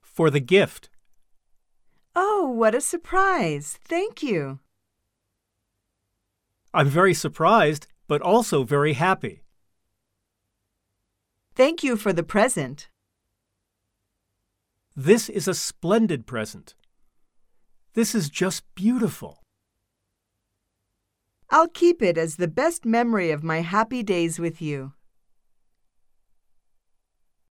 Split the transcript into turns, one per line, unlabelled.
for the gift.
Oh, what a surprise! Thank you.
I'm very surprised, but also very happy.
Thank you for the present.
This is a splendid present. This is just beautiful.
I'll keep it as the best memory of my happy days with you.